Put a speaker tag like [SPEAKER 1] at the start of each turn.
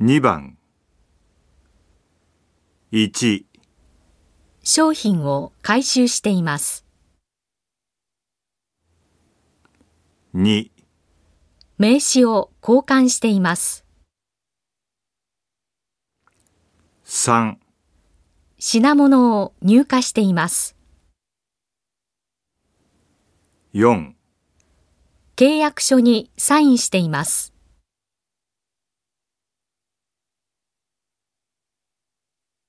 [SPEAKER 1] 2番1
[SPEAKER 2] 商品を回収しています。
[SPEAKER 1] 2
[SPEAKER 2] 名刺を交換しています。
[SPEAKER 1] 3
[SPEAKER 2] 品物を入荷しています。
[SPEAKER 1] 4
[SPEAKER 2] 契約書にサインしています。